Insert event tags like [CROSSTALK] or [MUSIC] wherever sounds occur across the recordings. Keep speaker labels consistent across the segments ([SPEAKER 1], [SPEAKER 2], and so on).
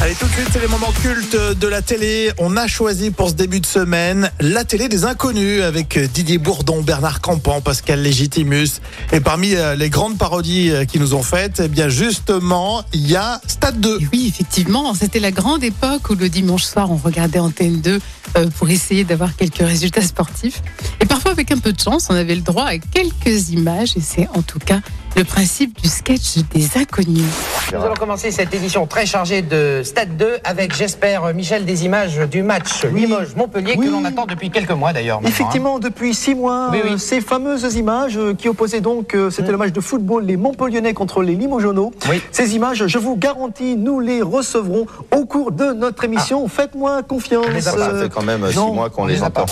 [SPEAKER 1] Allez, tout de suite, c'est les moments cultes de la télé. On a choisi pour ce début de semaine la télé des inconnus avec Didier Bourdon, Bernard Campan, Pascal Légitimus. Et parmi euh, les grandes parodies euh, qu'ils nous ont faites, eh bien, justement, il y a Stade 2.
[SPEAKER 2] Et Oui, effectivement, c'était la grande époque où le dimanche soir, on regardait Antenne 2 euh, pour essayer d'avoir quelques résultats sportifs. Et parfois, avec un peu de chance, on avait le droit à quelques images. Et c'est en tout cas le principe du sketch des inconnus.
[SPEAKER 3] Nous allons commencer cette édition très chargée de Stade 2 avec, j'espère, Michel, des images du match Limoges-Montpellier
[SPEAKER 4] Oui.
[SPEAKER 3] que l'on attend depuis quelques mois d'ailleurs. maintenant, hein.
[SPEAKER 4] Effectivement, depuis six mois,
[SPEAKER 3] Oui, oui.
[SPEAKER 4] euh, ces fameuses images euh, qui opposaient donc, euh, c'était le match de football, les Montpellierais contre les Limogeonaux.
[SPEAKER 3] Oui.
[SPEAKER 4] Ces images, je vous garantis, nous les recevrons au cours de notre émission. Faites-moi confiance.
[SPEAKER 3] On les a pas,
[SPEAKER 4] Euh,
[SPEAKER 5] Ça fait quand même six
[SPEAKER 4] non,
[SPEAKER 5] mois qu'on
[SPEAKER 3] on
[SPEAKER 5] les
[SPEAKER 3] les a
[SPEAKER 5] entend.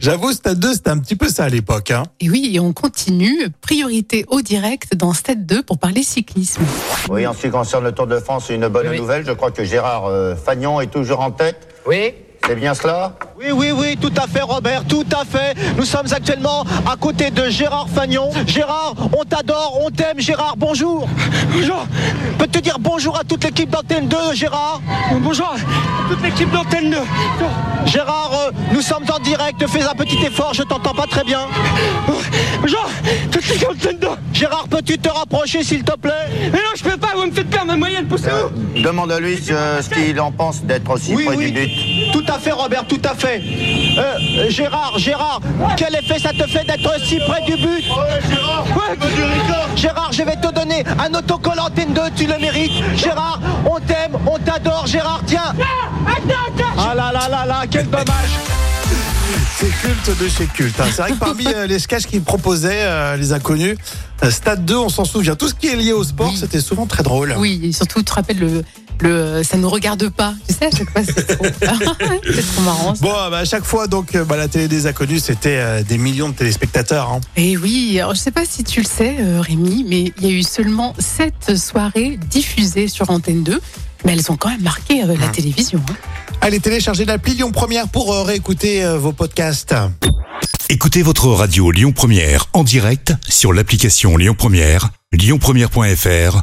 [SPEAKER 1] J'avoue, Stade 2, c'était un petit peu ça à l'époque. Hein.
[SPEAKER 2] Et oui, et on continue. Priorité au direct dans Stade 2 pour parler cyclisme.
[SPEAKER 5] Oui, en ce qui concerne le Tour de France, c'est une bonne
[SPEAKER 3] Oui, oui.
[SPEAKER 5] nouvelle. Je crois que Gérard euh, Fagnon est toujours en tête.
[SPEAKER 3] Oui
[SPEAKER 5] C'est bien cela
[SPEAKER 6] Oui, oui, oui, tout à fait, Robert, tout à fait. Nous sommes actuellement à côté de Gérard Fagnon. Gérard, on t'adore, on t'aime, Gérard, bonjour. Bonjour. Peux-tu te dire bonjour à toute l'équipe d'Antenne 2, Gérard Bonjour à toute l'équipe d'Antenne 2. Gérard, euh, nous sommes en direct, fais un petit effort, je t'entends pas très bien. Bonjour, toute l'équipe d'Antenne 2. Gérard, peux-tu te rapprocher, s'il te plaît Mais non, je peux pas, vous me faites perdre ma moyenne, poussez-vous
[SPEAKER 5] Euh, Demande à lui ce, ce qu'il en pense d'être aussi près du but.
[SPEAKER 6] tout à fait, Robert, tout à fait. Euh, euh, Gérard, Gérard, quel effet ça te fait d'être si près du but Gérard, Gérard, je vais te donner un autocollant Antenne 2, tu le mérites. Gérard, on t'aime, on t'adore, Gérard, tiens. Ah là là là là, quel dommage.
[SPEAKER 1] C'est culte de chez culte. hein. C'est vrai que parmi euh, les sketchs qu'ils proposaient, euh, les inconnus, euh, Stade 2, on s'en souvient. Tout ce qui est lié au sport,
[SPEAKER 2] Oui.
[SPEAKER 1] c'était souvent très drôle.
[SPEAKER 2] Oui, et surtout, tu te rappelles le. le euh, ça ne regarde pas, tu sais, à chaque fois c'est trop, [LAUGHS] c'est trop marrant. ça.
[SPEAKER 1] Bon, ah bah, à chaque fois, donc, euh, bah, la télé des inconnus, c'était euh, des millions de téléspectateurs. hein.
[SPEAKER 2] Et Eh oui, alors, je ne sais pas si tu le sais, euh, Rémi, mais il y a eu seulement sept soirées diffusées sur Antenne 2, mais elles ont quand même marqué euh, la télévision. hein.
[SPEAKER 1] Allez télécharger l'appli Lyon Première pour euh, réécouter euh, vos podcasts.
[SPEAKER 7] Écoutez votre radio Lyon Première en direct sur l'application Lyon Première, lyonpremière.fr